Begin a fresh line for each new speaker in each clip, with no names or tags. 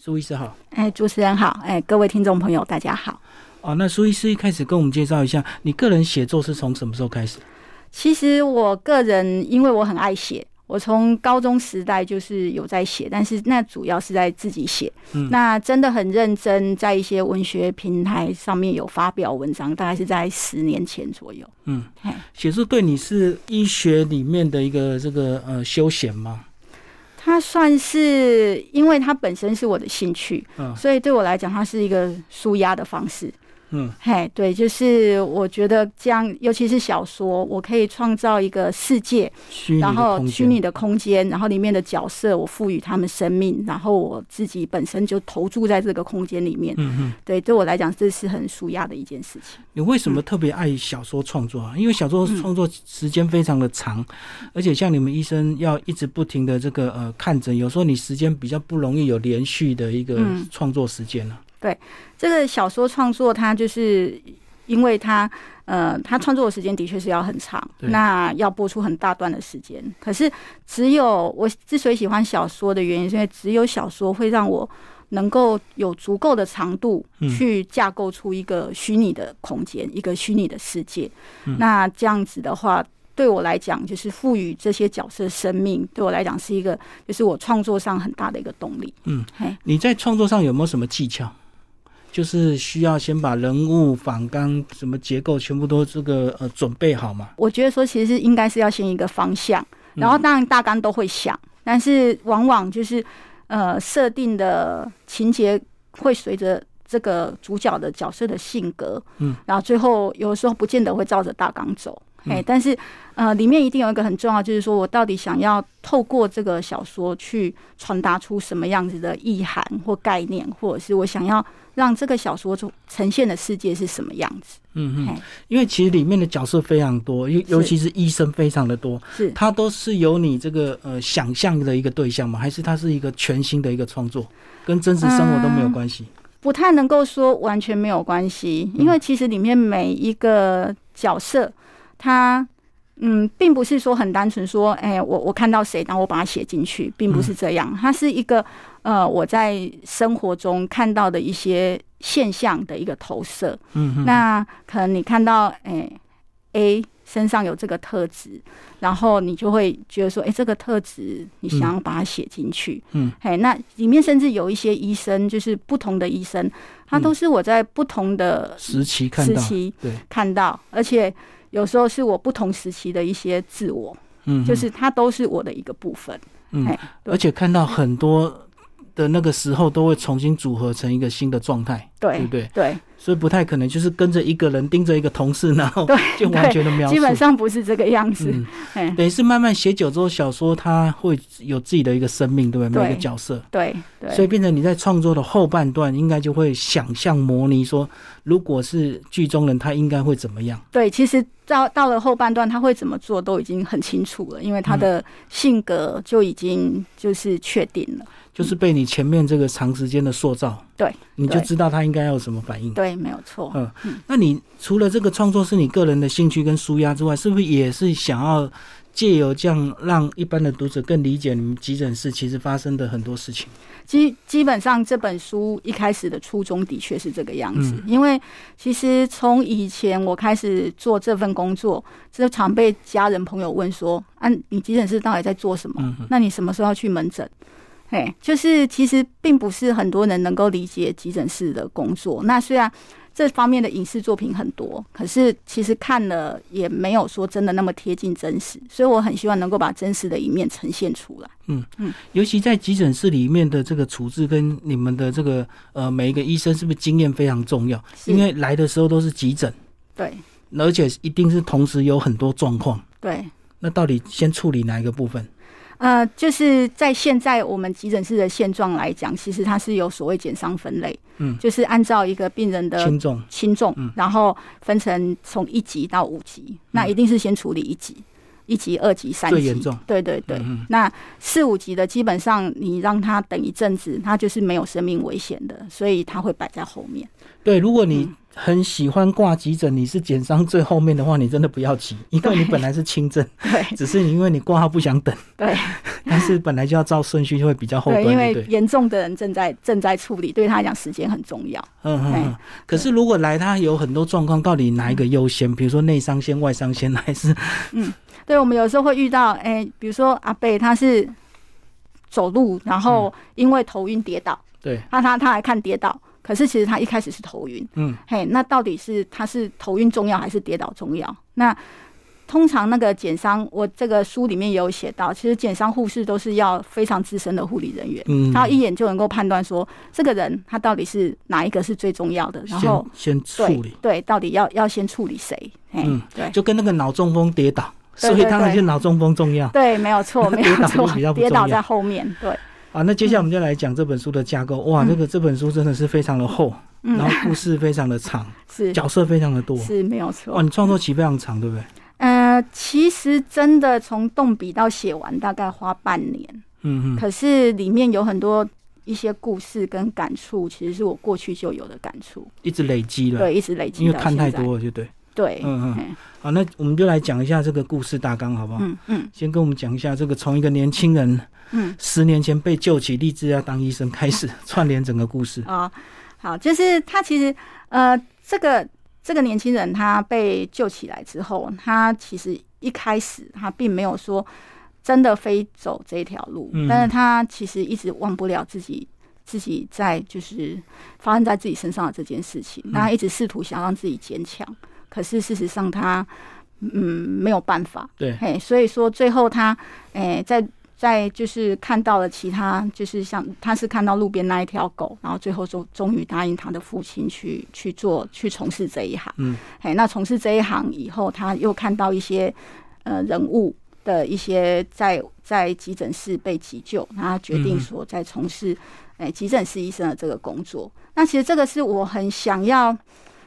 苏医师好。
哎，主持人好，哎，各位听众朋友大家好。
哦，那苏医师一开始跟我们介绍一下，你个人写作是从什么时候开始？
其实我个人因为我很爱写，我从高中时代就是有在写，但是那主要是在自己写。
嗯
那真的很认真，在一些文学平台上面有发表文章，大概是在十年前左右。
嗯
嘿，
写作对你是医学里面的一个这个呃休闲吗？
它算是，因为它本身是我的兴趣，
嗯
所以对我来讲，它是一个舒压的方式。
嗯
嘿，对，就是我觉得这样，尤其是小说，我可以创造一个世界，
虚拟的
然后
空间
虚拟的空间，然后里面的角色，我赋予他们生命，然后我自己本身就投注在这个空间里面。
嗯嗯，
对，对我来讲，这是很舒压的一件事情。
你为什么特别爱小说创作啊？因为小说创作时间非常的长，而且像你们医生要一直不停的这个呃看诊，有时候你时间比较不容易有连续的一个
嗯
创作时间啊了、
这个小说创作，它就是因为它，呃，它创作的时间的确是要很长，
对
那要播出很大段的时间。可是，只有我之所以喜欢小说的原因，是因为只有小说会让我能够有足够的长度
嗯
去架构出一个虚拟的空间，一个虚拟的世界。
嗯
那这样子的话。对我来讲，就是赋予这些角色生命，对我来讲是一个，就是我创作上很大的一个动力。
你在创作上有没有什么技巧？就是需要先把人物、仿纲、什么结构全部都这个呃准备好嘛？
我觉得说，其实是应该是要先一个方向，
嗯
然后当然大纲都会想，但是往往就是呃设定的情节会随着这个主角的角色的性格，
嗯，
然后最后有的时候不见得会照着大纲走。
嗯
哎，但是呃，里面一定有一个很重要，就是说我到底想要透过这个小说去传达出什么样子的意涵或概念，或者是我想要让这个小说中呈现的世界是什么样子？
嗯嗯
嘿，
因为其实里面的角色非常多，尤尤其是医生非常的多，
是
他都是有你这个呃想象的一个对象吗？还是他是一个全新的一个创作，跟真实生活都没有关系？
不太能够说完全没有关系，因为其实里面每一个角色，他嗯，并不是说很单纯说，哎、我我看到谁，然后我把它写进去，并不是这样，它是一个呃，我在生活中看到的一些现象的一个投射。
嗯嗯，
那可能你看到，哎、a 身上有这个特质，然后你就会觉得说，哎、这个特质你想要把它写进去，
嗯，
哎，那里面甚至有一些医生，就是不同的医生，他都是我在不同的
时期嗯看
时
到，
期
对，
看到，而且有时候是我不同时期的一些自我，
嗯，
就
嗯
是它都是我的一个部分，对
而且看到很多的那个时候都会重新组合成一个新的状态，对
对
不对？
对，
所以不太可能就是跟着一个人盯着一个同事，然后
对
就完全的描述。
基本上不是这个样子，
嗯，
哎、
等于是慢慢写久之后，小说它会有自己的一个生命，对不对？
对
每个角色，
对
所以
对
变成你在创作的后半段，应该就会想象模拟说，如果是剧中人，他应该会怎么样？
对，其实到到了后半段，他会怎么做都已经很清楚了，因为他的性格就已经就是确定了，
就是被你前面这个长时间的塑造，
对，
你就
对
知道他应该要有什么反应。
对，没有错，
嗯，那你除了这个创作是你个人的兴趣跟舒压之外，是不是也是想要借由这样让一般的读者更理解你们急诊室其实发生的很多事情？
基基本上这本书一开始的初衷的确是这个样子，
嗯
因为其实从以前我开始做这份工作，就常被家人朋友问说：“啊，你急诊室到底在做什么？
嗯哼
那你什么时候要去门诊？”嘿，就是其实并不是很多人能够理解急诊室的工作。那虽然这方面的影视作品很多，可是其实看了也没有说真的那么贴近真实，所以我很希望能够把真实的一面呈现出来。
尤其在急诊室里面的这个处置跟你们的这个呃每一个医生是不是经验非常重要？
是
因为来的时候都是急诊，
对
而且一定是同时有很多状况。
对。
那到底先处理哪一个部分？
呃，就是在现在我们急诊室的现状来讲，其实它是有所谓减伤分类，
嗯
就是按照一个病人的
轻重？
轻重，
嗯
然后分成从一级到五级，那一定是先处理一级。一级、二级、三级，
最严重
对对对，
嗯
那四五级的基本上你让他等一阵子，他就是没有生命危险的，所以他会摆在后面。
对，如果
嗯
你很喜欢挂急诊，你是减伤最后面的话，你真的不要急，因为你本来是轻症，
对
只是你因为你挂号不想等，
对，
但是本来就要照顺序，就会比较后端，
对，
对
因
不
为
对？
严重的人正在正在处理，对他来讲时间很重要。
嗯嗯嗯
哎。
可是如果来他有很多状况，到底哪一个优先？比如说内伤先、外伤先，还是
对，我们有时候会遇到，哎、比如说阿贝他是走路，然后
嗯
因为头晕跌倒，
对？
那、他他来看跌倒，可是其实他一开始是头晕，
嗯，
嘿，那到底是他是头晕重要还是跌倒重要？那通常那个减伤，我这个书里面也有写到，其实减伤护士都是要非常资深的护理人员，
嗯
他一眼就能够判断说这个人他到底是哪一个是最重要的，然后
先先处
对
理，
对，到底要要先处理谁？嘿
嗯
对。
就跟那个脑中风跌倒，所
对
以
对
当然
对
就脑中风重要
对，没有错，没
跌倒
有错
就比较，不
跌倒
重要
在后面。 对，
啊。那接下来我们就来讲这本书的架构。哇，
嗯
这个这本书真的是非常的厚，然
嗯，
后故事非常的长，
是
角色非常的多。
是没有
哇，
错。
你创作期非常长，对不对？
呃，其实真的从动笔到写完大概花半年，
嗯嗯，
可是里面有很多一些故事跟感触，其实是我过去就有的感触，
一直累积了，
对，一直累积
因为
到
看
现
太
在。
多了，就对。
对，
嗯嗯
嘿，
好，那我们就来讲一下这个故事大纲，好不好？
嗯嗯
先跟我们讲一下这个从一个年轻人
嗯
十年前被救起，立志要当医生开始，串联整个故事。
啊，好，就是他其实呃，这个这个年轻人他被救起来之后，他其实一开始他并没有说真的非走这条路，
嗯
但是他其实一直忘不了自己。自己在就是发生在自己身上的这件事情，那他一直试图想让自己坚强，可是事实上他嗯没有办法，
对
嘿，所以说最后他，诶、在在就是看到了其他，就是像他是看到路边那一条狗，然后最后终终于答应他的父亲去去做去从事这一行，
嗯，
嘿，那从事这一行以后，他又看到一些呃人物的一些在在急诊室被急救，那他决定说在从事诶、呃急诊室医生的这个工作。那其实这个是我很想要。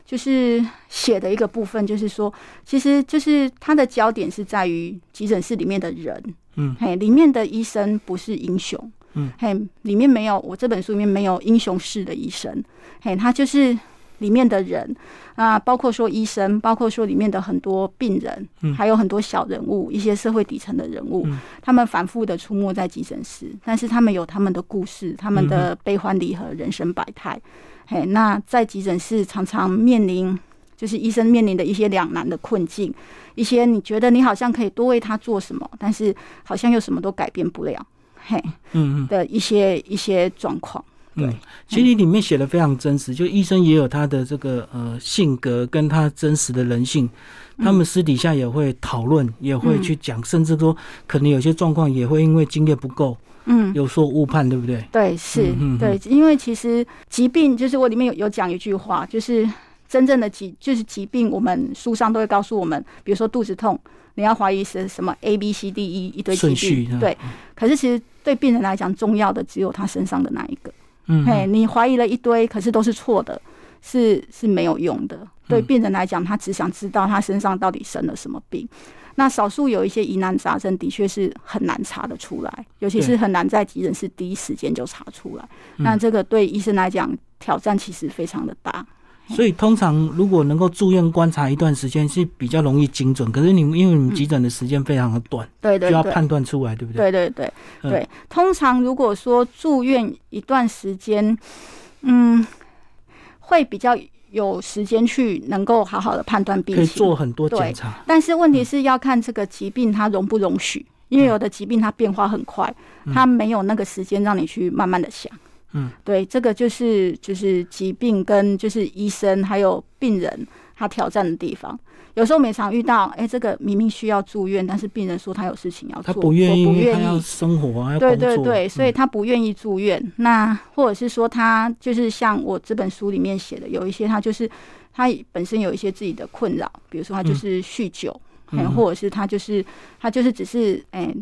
就是写的一个部分，就是说，其实就是它的焦点是在于急诊室里面的人，
嗯，
嘿，里面的医生不是英雄，
嗯，
嘿，里面没有我这本书里面没有英雄式的医生，嘿，他就是里面的人啊、包括说医生，包括说里面的很多病人，
嗯
还有很多小人物，一些社会底层的人物，
嗯
他们反复的出没在急诊室，但是他们有他们的故事，他们的悲欢离合、人生百态，嘿，那在急诊室常常面临。就是医生面临的一些两难的困境，一些你觉得你好像可以多为他做什么，但是好像又什么都改变不了，嘿
嗯嗯
的一些一些状况。
嗯，其实里面写的非常真实，就医生也有他的这个呃性格跟他真实的人性，他们私底下也会讨论，也会去讲，甚至说可能有些状况也会因为经验不够
嗯，
有所误判，对不对？
对，是
嗯嗯嗯，
对，因为其实疾病就是我里面有有讲一句话，就是真正的疾就是疾病，我们书上都会告诉我们，比如说肚子痛，你要怀疑是什么 A B C D E 一堆
顺
疾
序
病，对。可是其实对病人来讲，重要的只有他身上的那一个。
嗯，
嘿，你怀疑了一堆，可是都是错的，是是没有用的。对
嗯
病人来讲，他只想知道他身上到底生了什么病。那少数有一些疑难杂症，的确是很难查得出来，尤其
对
是很难在急诊室第一时间就查出来。
嗯
那这个对医生来讲，挑战其实非常的大。
所以通常如果能够住院观察一段时间是比较容易精准，可是你们因为你们急诊的时间非常的短，
对
就
嗯对
要
对。
判断出来，对不对？
对对对
嗯
对，通常如果说住院一段时间，嗯，会比较有时间去能够好好的判断病
可以
情，
做很多检查，
但是问题是要看这个疾病它容不容
嗯
许，因为有的疾病它变化很快，它没有那个时间让你去慢慢的想。
嗯，
对，这个就是就是疾病跟就是医生还有病人他挑战的地方。有时候我们也常遇到，哎、这个明明需要住院，但是病人说他有事情要
他
做，
不愿意，因
我不
为他
愿
要
意。
生活啊，要
对
工
对
作，
对，所以
嗯
他不愿意住院。那或者是说，他就是像我这本书里面写的，有一些他就是他本身有一些自己的困扰，比如说他就是酗酒，
嗯
哎
嗯
或者是他就是他就是只是哎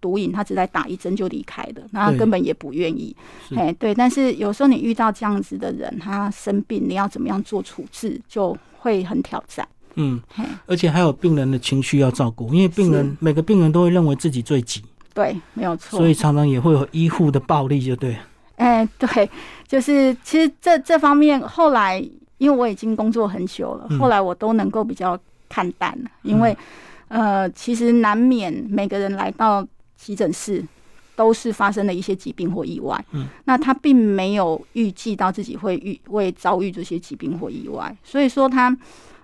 毒瘾，他只在打一针就离开的，那他
对
根本也不愿意。
是
哎，对，但是有时候你遇到这样子的人，他生病，你要怎么样做处置，就会很挑战。
嗯
嘿，
而且还有病人的情绪要照顾，因为病人
是
每个病人都会认为自己最急，
对，没有错。
所以常常也会有医护的暴力，就对了。
哎，对，就是其实这这方面后来，因为我已经工作很久了，
嗯
后来我都能够比较看淡了，因为、呃，其实难免每个人来到急诊室。都是发生了一些疾病或意外，
嗯，
那他并没有预计到自己会遇会遭遇这些疾病或意外，所以说他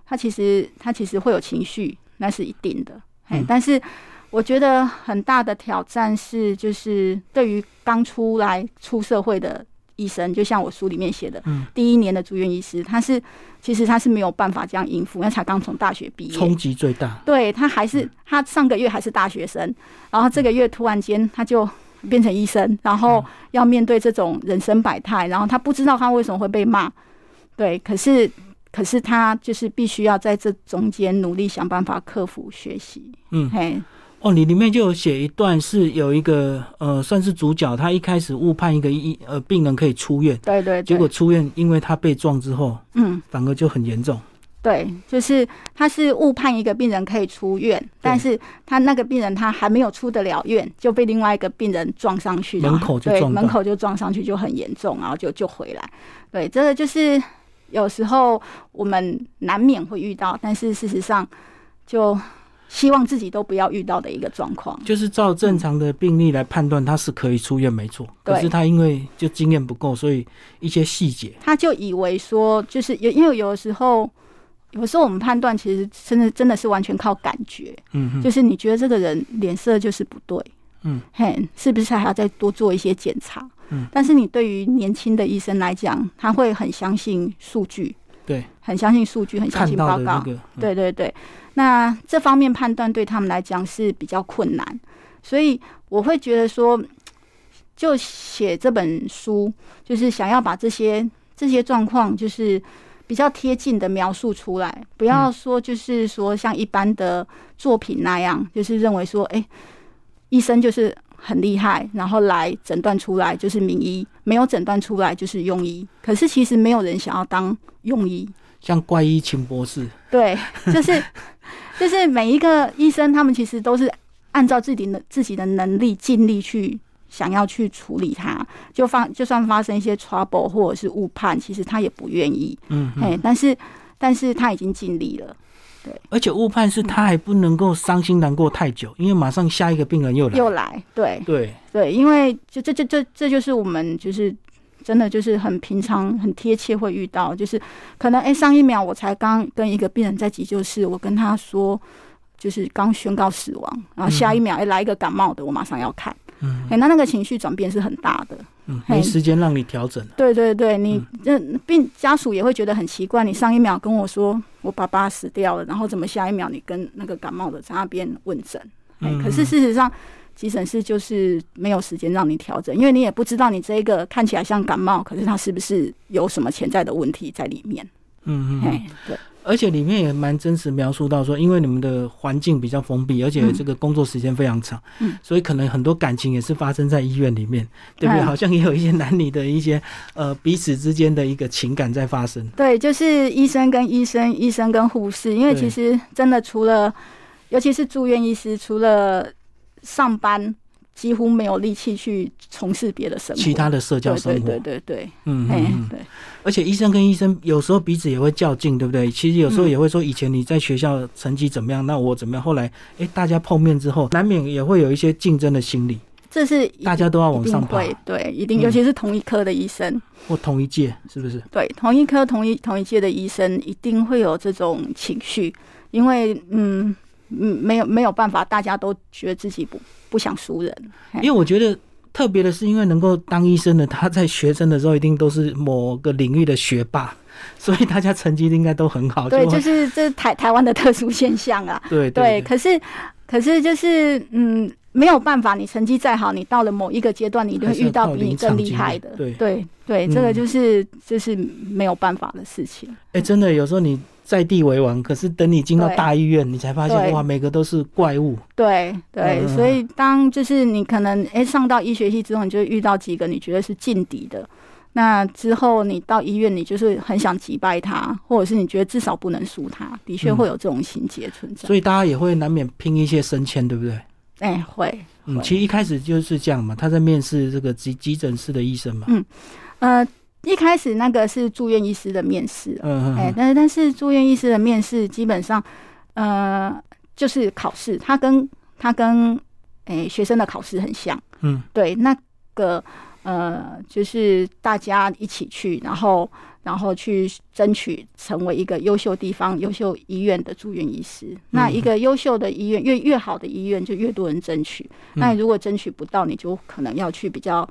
他其实他其实会有情绪，那是一定的，哎、
嗯
但是我觉得很大的挑战是，就是对于刚出来出社会的医生，就像我书里面写的，
嗯
第一年的住院医师，他是其实他是没有办法这样应付，因为才刚从大学毕业
冲，击最大。
对他还
嗯
是他上个月还是大学生，然后这个月突然间他就。变成医生，然
嗯
后要面对这种人生百态，然后他不知道他为什么会被骂，对，可是可是他就是必须要在这中间努力想办法克服学习，
嗯，
嘿，
哦，你里面就有写一段是有一个呃，算是主角，他一开始误判一个医呃病人可以出院，
对对对，
结果出院因为他被撞之后，
嗯，
反而就很严重。
对，就是他是误判一个病人可以出院，但是他那个病人他还没有出得了院，就被另外一个病人撞上去，然后
门口就
对
撞到
门口就撞上去就很严重，然后就就回来。对，这个就是有时候我们难免会遇到，但是事实上就希望自己都不要遇到的一个状况。
就是照正常的病例来判断，他是可以出院没错。
嗯对
可是他因为就经验不够，所以一些细节，
他就以为说，就是有因为有的时候，有的时候我们判断其实真的真的是完全靠感觉，
嗯哼，
就是你觉得这个人脸色就是不对，
嗯，
嘿，是不是还要再多做一些检查？
嗯，
但是你对于年轻的医生来讲，他会很相信数据，
对，
很相信数据，很相
看
信
到
报
的
告，
那个，嗯，
对对对，那这方面判断对他们来讲是比较困难，所以我会觉得说，就写这本书，就是想要把这些这些状况，就是比较贴近的描述出来，不要说就是说像一般的作品那样，就是认为说，哎、医生就是很厉害，然后来诊断出来就是名医，没有诊断出来就是庸医。可是其实没有人想要当庸医，
像怪医秦博士，
对，就是就是每一个医生，他们其实都是按照自己的自己的能力，尽力去想要去处理它。就发就算发生一些 trouble 或者是误判，其实他也不愿意。
嗯哼，
哎、但是但是他已经尽力了，
而且误判是他还不能够伤心难过太久，因为马上下一个病人又来，
又来，对
对，
对，因为就这这这这就是我们就是。真的就是很平常、很贴切会遇到，就是可能哎、上一秒我才刚跟一个病人在急救室，我跟他说就是刚宣告死亡，然后下一秒哎、来一个感冒的，我马上要看，
嗯
哎、那那个情绪转变是很大的。
嗯，
嘿
没时间让你调整了，
对对对，你这
嗯
病家属也会觉得很奇怪，你上一秒跟我说我爸爸死掉了，然后怎么下一秒你跟那个感冒的在那边问诊？哎、
嗯
可是事实上。急诊室就是没有时间让你调整，因为你也不知道你这个看起来像感冒，可是它是不是有什么潜在的问题在里面？
嗯嗯
哎，对，
而且里面也蛮真实描述到说，因为你们的环境比较封闭，而且这个工作时间非常长，
嗯
所以可能很多感情也是发生在医院里面，对不对？
嗯
好像也有一些男女的一些呃彼此之间的一个情感在发生。
对，就是医生跟医生，医生跟护士，因为
对
其实真的除了，尤其是住院医师，除了上班，几乎没有力气去从事别的生活。
其他的社交生活，
对对对对
嗯嗯
对，哎、
嗯，
对，
而且医生跟医生有时候彼此也会较劲，对不对？其实有时候也会说，以前你在学校成绩怎么样，那我怎么样。后来，哎，大家碰面之后，难免也会有一些竞争的心理，
这是一
大家都要
一
往
定
上爬，
会对，一定，
嗯
尤其是同一科的医生，
或同一届，是不是？
对，同一科、同一同一届的医生一定会有这种情绪，因为嗯嗯，没有没有办法，大家都觉得自己不不想输人，哎
因为我觉得特别的是，因为能够当医生的，他在学生的时候一定都是某个领域的学霸， 所以大家成绩应该都很好。
对，
就会
就是这是台台湾的特殊现象啊。
对
对，
对
可是可是就是嗯，没有办法，你成绩再好，你到了某一个阶段，你就会遇到比你更厉害的
还是要靠临。场
对对，
嗯
这个就是就是没有办法的事情。
哎，真的有时候你在地为王，可是等你进到
对
大医院，你才发现
对
哇，每个都是怪物。
对对，
嗯
所以当就是你可能哎上到医学系之后，你就会遇到几个你觉得是劲敌的。那之后你到医院，你就是很想击败他，或者是你觉得至少不能输他，的确
嗯
会有这种情节存在。
所以大家也会难免拼一些升迁，对不对？
哎、会。
嗯，
会
其实一开始就是这样嘛，他在面试这个急急诊室的医生嘛，
呃，一开始那个是住院医师的面试啊，
嗯
哎、
嗯
但是但是住院医师的面试基本上，呃，就是考试，他跟他跟哎、学生的考试很像。
嗯，
对，那个呃，就是大家一起去，然后然后去争取成为一个优秀地方、优秀医院的住院医师。
嗯
那一个优秀的医院，越越好的医院，就越多人争取。那
嗯
如果争取不到，你就可能要去比较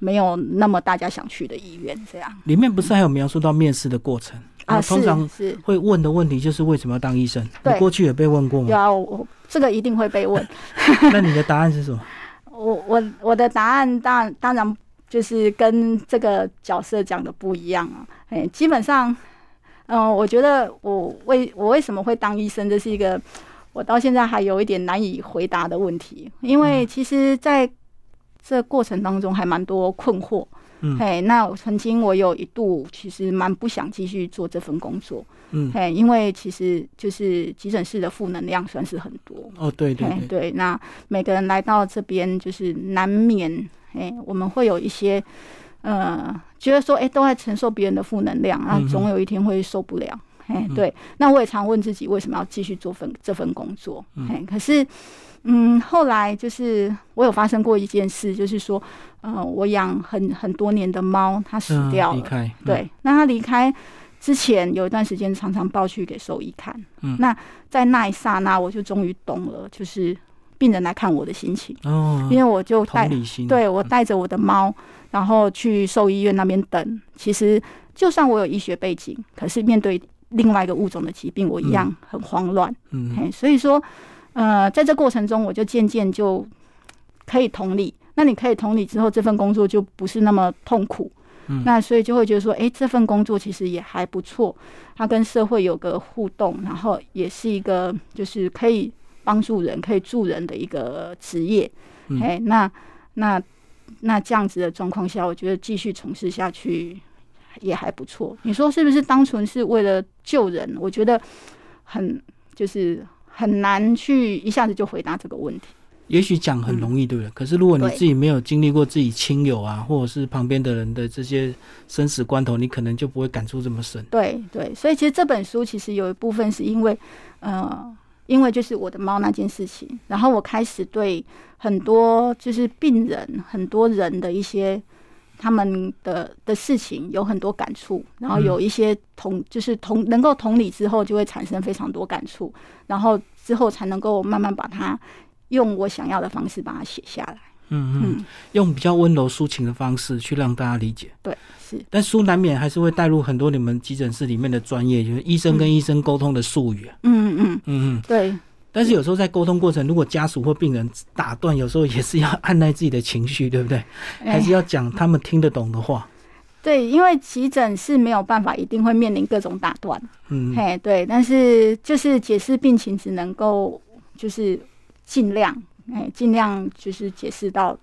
没有那么大家想去的医院，这样
里面不是还有描述到面试的过程
啊，
然后通常
是是。
会问的问题就是为什么要当医生？你
对
过去也被问过
有
吗？
啊，我我这个一定会 被问。
那你的答案是什么？
我我我的答案当然当然就是跟这个角色讲的不一样啊。哎，基本上，嗯、我觉得我为我为什么会当医生，这是一个我到现在还有一点难以回答的问题，因
嗯
为其实在这过程当中还蛮多困惑。
嗯
嘿，那我曾经我有一度其实蛮不想继续做这份工作，
嗯，
嘿，因为其实就是急诊室的负能量算是很多，
哦，对对
哎
对，
对，那每个人来到这边，就是难免，哎、我们会有一些，呃，觉得说，哎、都在承受别人的负能量，然
嗯
后
哼
总有一天会受不了。哎、
嗯
对，那我也常问自己，为什么要继续做份这份工作？
嗯
哎、可是，嗯，后来就是我有发生过一件事，就是说，呃，我养很很多年的猫，它死
嗯
掉了，
离开，嗯，
对，那他离开之前有一段时间，常常抱去给兽医看。
嗯
那在那一刹那，我就终于懂了，就是病人来看我的心情，
哦，
因为我就带
同理心，
对我带着我的猫，然后去兽医院那边等。其实就算我有医学背景，可是面对另外一个物种的疾病，我一样很慌乱。
嗯，
嘿，所以说，呃，在这过程中，我就渐渐就可以同理。那你可以同理之后，这份工作就不是那么痛苦。
嗯
那所以就会觉得说，诶，这份工作其实也还不错，它跟社会有个互动，然后也是一个就是可以帮助人、可以助人的一个职业。
嗯
哎、那那那这样子的状况下，我觉得继续从事下去也还不错。你说是不是单纯是为了救人？我觉得很就是很难去一下子就回答这个问题。
也许讲很容易，对不对？可是如果你
对
自己没有经历过自己亲友啊，或者是旁边的人的这些生死关头，你可能就不会感触这么深。
对对，所以其实这本书其实有一部分是因为，呃，因为就是我的猫那件事情，然后我开始对很多就是病人、很多人的一些他们的的事情有很多感触，然后有一些同、就是同能够同理之后，就会产生非常多感触，然后之后才能够慢慢把它用我想要的方式把它写下来。
嗯嗯
嗯，
用比较温柔抒情的方式去让大家理解，
对，是
但书难免还是会带入很多你们急诊室里面的专业，就是医生跟医生沟通的术语啊。
嗯嗯，
嗯嗯，
对
但是有时候在沟通过程，如果家属或病人打断，有时候也是要按耐自己的情绪，对不对？
哎
还是要讲他们听得懂的话。
对，因为急诊是没有办法，一定会面临各种打断。
嗯，
嘿，对，但是就是解释病情只能够就是尽量，哎，尽量就是解释到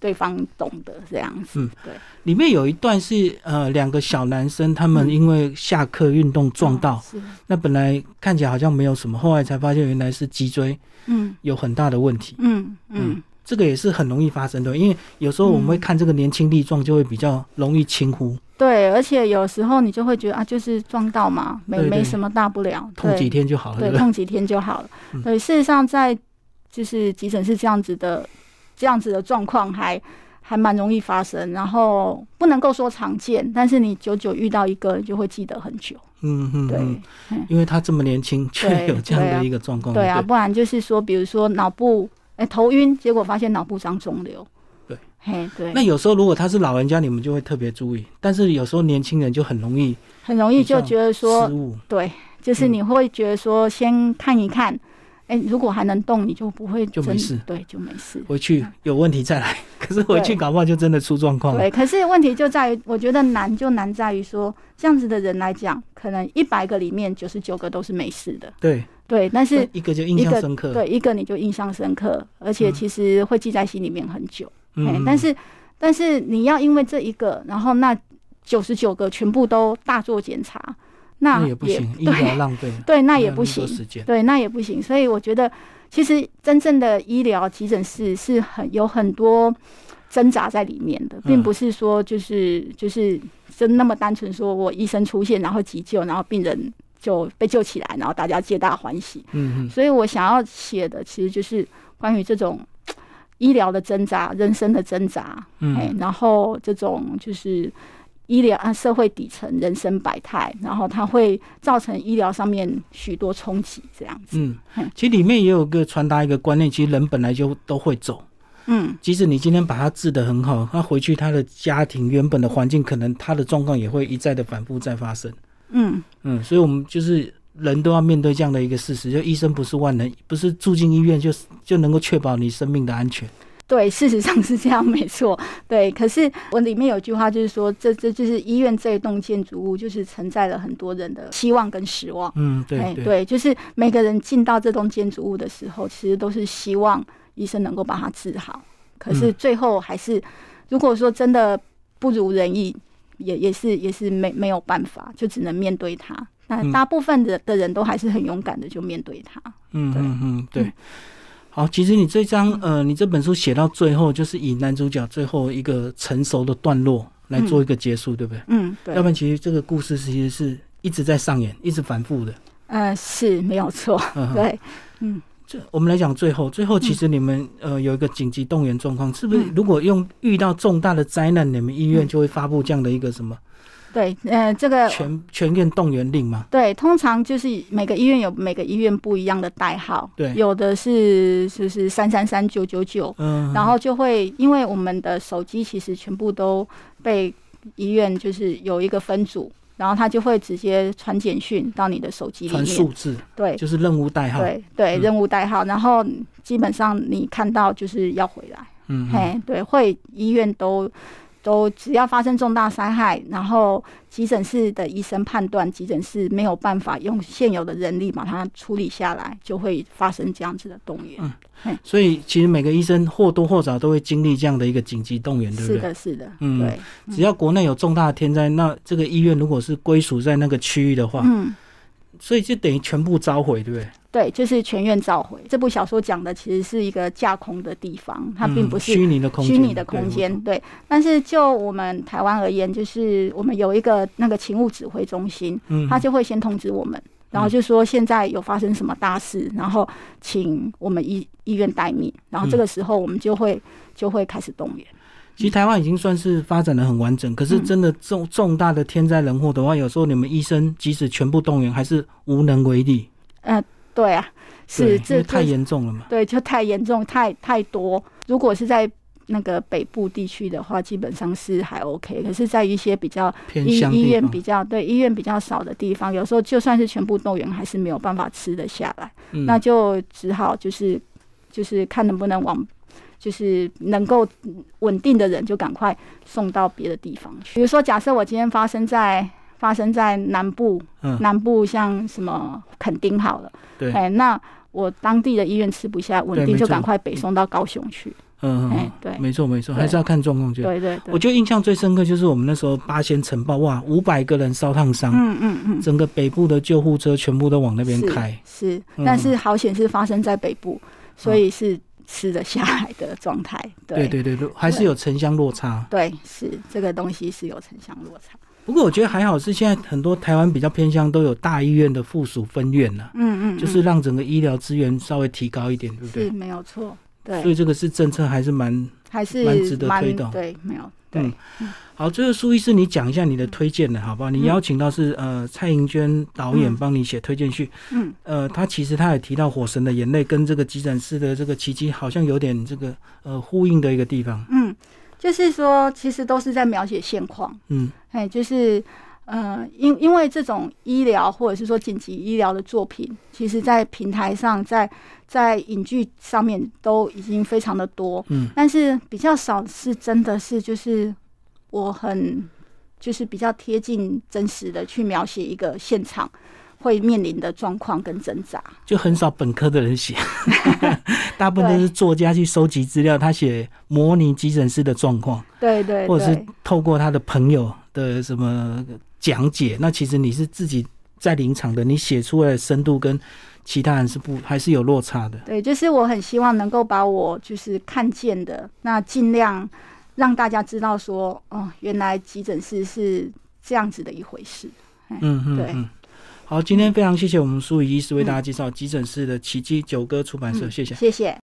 对方懂得这样子。
嗯
对，
里面有一段是呃，两个小男生他
嗯
们因为下课运动撞到，
啊是，
那本来看起来好像没有什么，后来才发现原来是脊椎
嗯
有很大的问题。
嗯嗯，
这个也是很容易发生的，因为有时候我们会看这个年轻力壮，就会比较容易轻忽，
对，而且有时候你就会觉得啊，就是撞到嘛，没
对对
没什么大不了，
痛
对
几天就好了，对
对，
不对？
痛几天就好了。
哦嗯
对，事实上在就是急诊室这样子的这样子的状况还还蛮容易发生，然后不能够说常见，但是你久久遇到一个你就会记得很久。
嗯嗯
对。
嗯，因为他这么年轻，却有这样的一个状况，
对啊，
不
不然就是说，比如说脑部哎、头晕，结果发现脑部长肿瘤。
对，
嘿对
对。那，有时候如果他是老人家，你们就会特别注意，但是有时候年轻人就很容易
很容易就觉得
失
说，
误，
对，就是
嗯
你会觉得说，先看一看，哎、如果还能动，你就不会
就
真
没事
对，就没事。
回去有问题再来。 可是回去
嗯对
搞不好就真的出状况了。
对，可是问题就在于，我觉得难就难在于说，这样子的人来讲，可能一百个里面九十九个都是没事的，
对，
对，但是
那一个就印象
一个
深刻。
对一个你就印象深刻，而且其实会记在心里面很久。
嗯，
哎
嗯，
但是但是你要因为这一个，然后那九十九个全部都大做检查，那
那
也
也不行，医
对
疗浪费了，
对，那
医
也
疗
不
么多
行，
时间
对，那也不行。所以我觉得，其实真正的医疗急诊室是很有很多挣扎在里面的，并
嗯
不是说就是就是真那么单纯说我医生出现然后急救，然后病人就被救起来，然后大家皆大欢喜。
嗯嗯，
所以我想要写的其实就是关于这种医疗的挣扎、人生的挣扎，
嗯
哎，然后这种就是医疗啊社会底层人生百态，然后它会造成医疗上面许多冲击，这样子。
嗯
嗯，
其实里面也有个传达一个观念，其实人本来就都会走，
嗯
即使你今天把他治得很好，他回去他的家庭原本的环境，可能他的状况也会一再的反复再发生。
嗯
嗯，所以我们就是人都要面对这样的一个事实，就医生不是万能，不是住进医院就就能够确保你生命的安全。
对，事实上是这样，没错。对，可是我里面有句话就是说，这这就是医院这一栋建筑物，就是承载了很多人的希望跟失望。
嗯，对
哎，
对，
对，就是每个人进到这栋建筑物的时候，其实都是希望医生能够把它治好，可是
嗯
最后还是，如果说真的不如人意，也也是也是没没有办法，就只能面对它。但
嗯
大部分的的人都还是很勇敢的，就面对它。
嗯
对
嗯嗯，对
嗯。
好，其实你这张呃，你这本书写到最后，就是以男主角最后一个成熟的段落来做一个结束，对不对？
嗯，对
要，不然其实这个故事其实是一直在上演，一直反复的。
呃，是没有错，
嗯，
对。
这我们来讲最后，最后其实你们、呃有一个紧急动员状况，是不是
嗯？
如果用遇到重大的灾难，你们医院
嗯
就会发布这样的一个什么
对，呃，这个
全全院动员令嘛？
对，通常就是每个医院有每个医院不一样的代号，
对
有的是就是三三三九九九，
嗯，
然后就会因为我们的手机其实全部都被医院就是有一个分组，然后他就会直接传简讯到你的手机里
传数
面，
字
对
就是任务代号，
对对，
嗯
任务代号，然后基本上你看到就是要回来。
嗯，嗯
嘿，对，会医院都都只要发生重大伤害，然后急诊室的医生判断急诊室没有办法用现有的人力把它处理下来，就会发生这样子的动员。
嗯所以其实每个医生或多或少都会经历这样的一个紧急动员，对不
是
对？
的，是的，
嗯
对，
只要国内有重大的天灾，那这个医院如果是归属在那个区域的话，
嗯。
所以就等于全部召回，对不对？
对，就是全院召回。这部小说讲的其实是一个架空的地方，它并
嗯
不是
虚拟的空间，
虚拟的
对
空间，对。但是就我们台湾而言，就是我们有一个那个勤务指挥中心，
嗯，
他就会先通知我们，然后就说现在有发生什么大事，然后请我们医医院待命，
嗯
然后这个时候我们就会就会开始动员。
其实台湾已经算是发展的很完整，可是
嗯
真的重重大的天灾人祸的话，有时候你们医生即使全部动员，还是无能为力，
对啊，是
对因
这
为太
这
严重了嘛。
对就太严重，太太多。如果是在那个北部地区的话，基本上是还 OK，可是，在一些比较
偏
医
乡
医
地
院
方，
比较对医院比较少的地方，有时候就算是全部动员，还是没有办法吃得下来。
嗯
那就只好就是就是看能不能往就是能够稳定的人就赶快送到别的地方去。比如说，假设我今天发生在发生在南部，
嗯
南部像什么垦丁好了，
对
哎，那我当地的医院吃不下，稳
对
定
没
就
错
赶快北送到高雄去。
嗯
哎
嗯，
对
嗯没错没错，
对
还是要看状况就。
对对对，
我觉得印象最深刻就是我们那时候八仙城爆，哇，五百个人烧烫伤，
嗯嗯嗯，
整个北部的救护车全部都往那边
是
开。
是，
嗯
但是好险是发生在北部，所以是吃得下来的状态。
对对
对
对对，还是有城乡落差。
对，是这个东西是有城乡落差。
不过我觉得还好，是现在很多台湾比较偏乡都有大医院的附属分院了、
嗯嗯，嗯
就是让整个医疗资源稍微提高一点，对不
是
对？
没有错，
所
对，
以这个是政策还是蛮
还是
蛮值得
蛮
推动
对，没有对，
嗯好。最后苏医师，你讲一下你的推荐的好不好？你
嗯
邀请到是呃蔡盈娟导演
嗯
帮你写推荐序，
嗯，
呃，他其实他也提到《火神的眼泪》跟这个急诊室的这个奇迹好像有点这个呃呼应的一个地方，
嗯，就是说，其实都是在描写现况，
嗯
哎，就是。呃，因因为这种医疗或者是说紧急医疗的作品，其实在平台上，在在影剧上面都已经非常的多，
嗯
但是比较少是真的是就是我很就是比较贴近真实的去描写一个现场会面临的状况跟挣扎。
就很少本科的人写， 大部分都是作家去收集资料，他写模拟急诊室的状况。
对对对，
或者是透过他的朋友的什么讲解，那其实你是自己在临场的，你写出来的深度跟其他人是不还是有落差的。
对，就是我很希望能够把我就是看见的，那尽量让大家知道说，哦，原来急诊室是这样子的一回事。
嗯嗯
对
嗯。好，今天非常谢谢我们苏怡医师为大家介绍急诊室的奇迹，九歌出版社，谢谢。
嗯谢谢。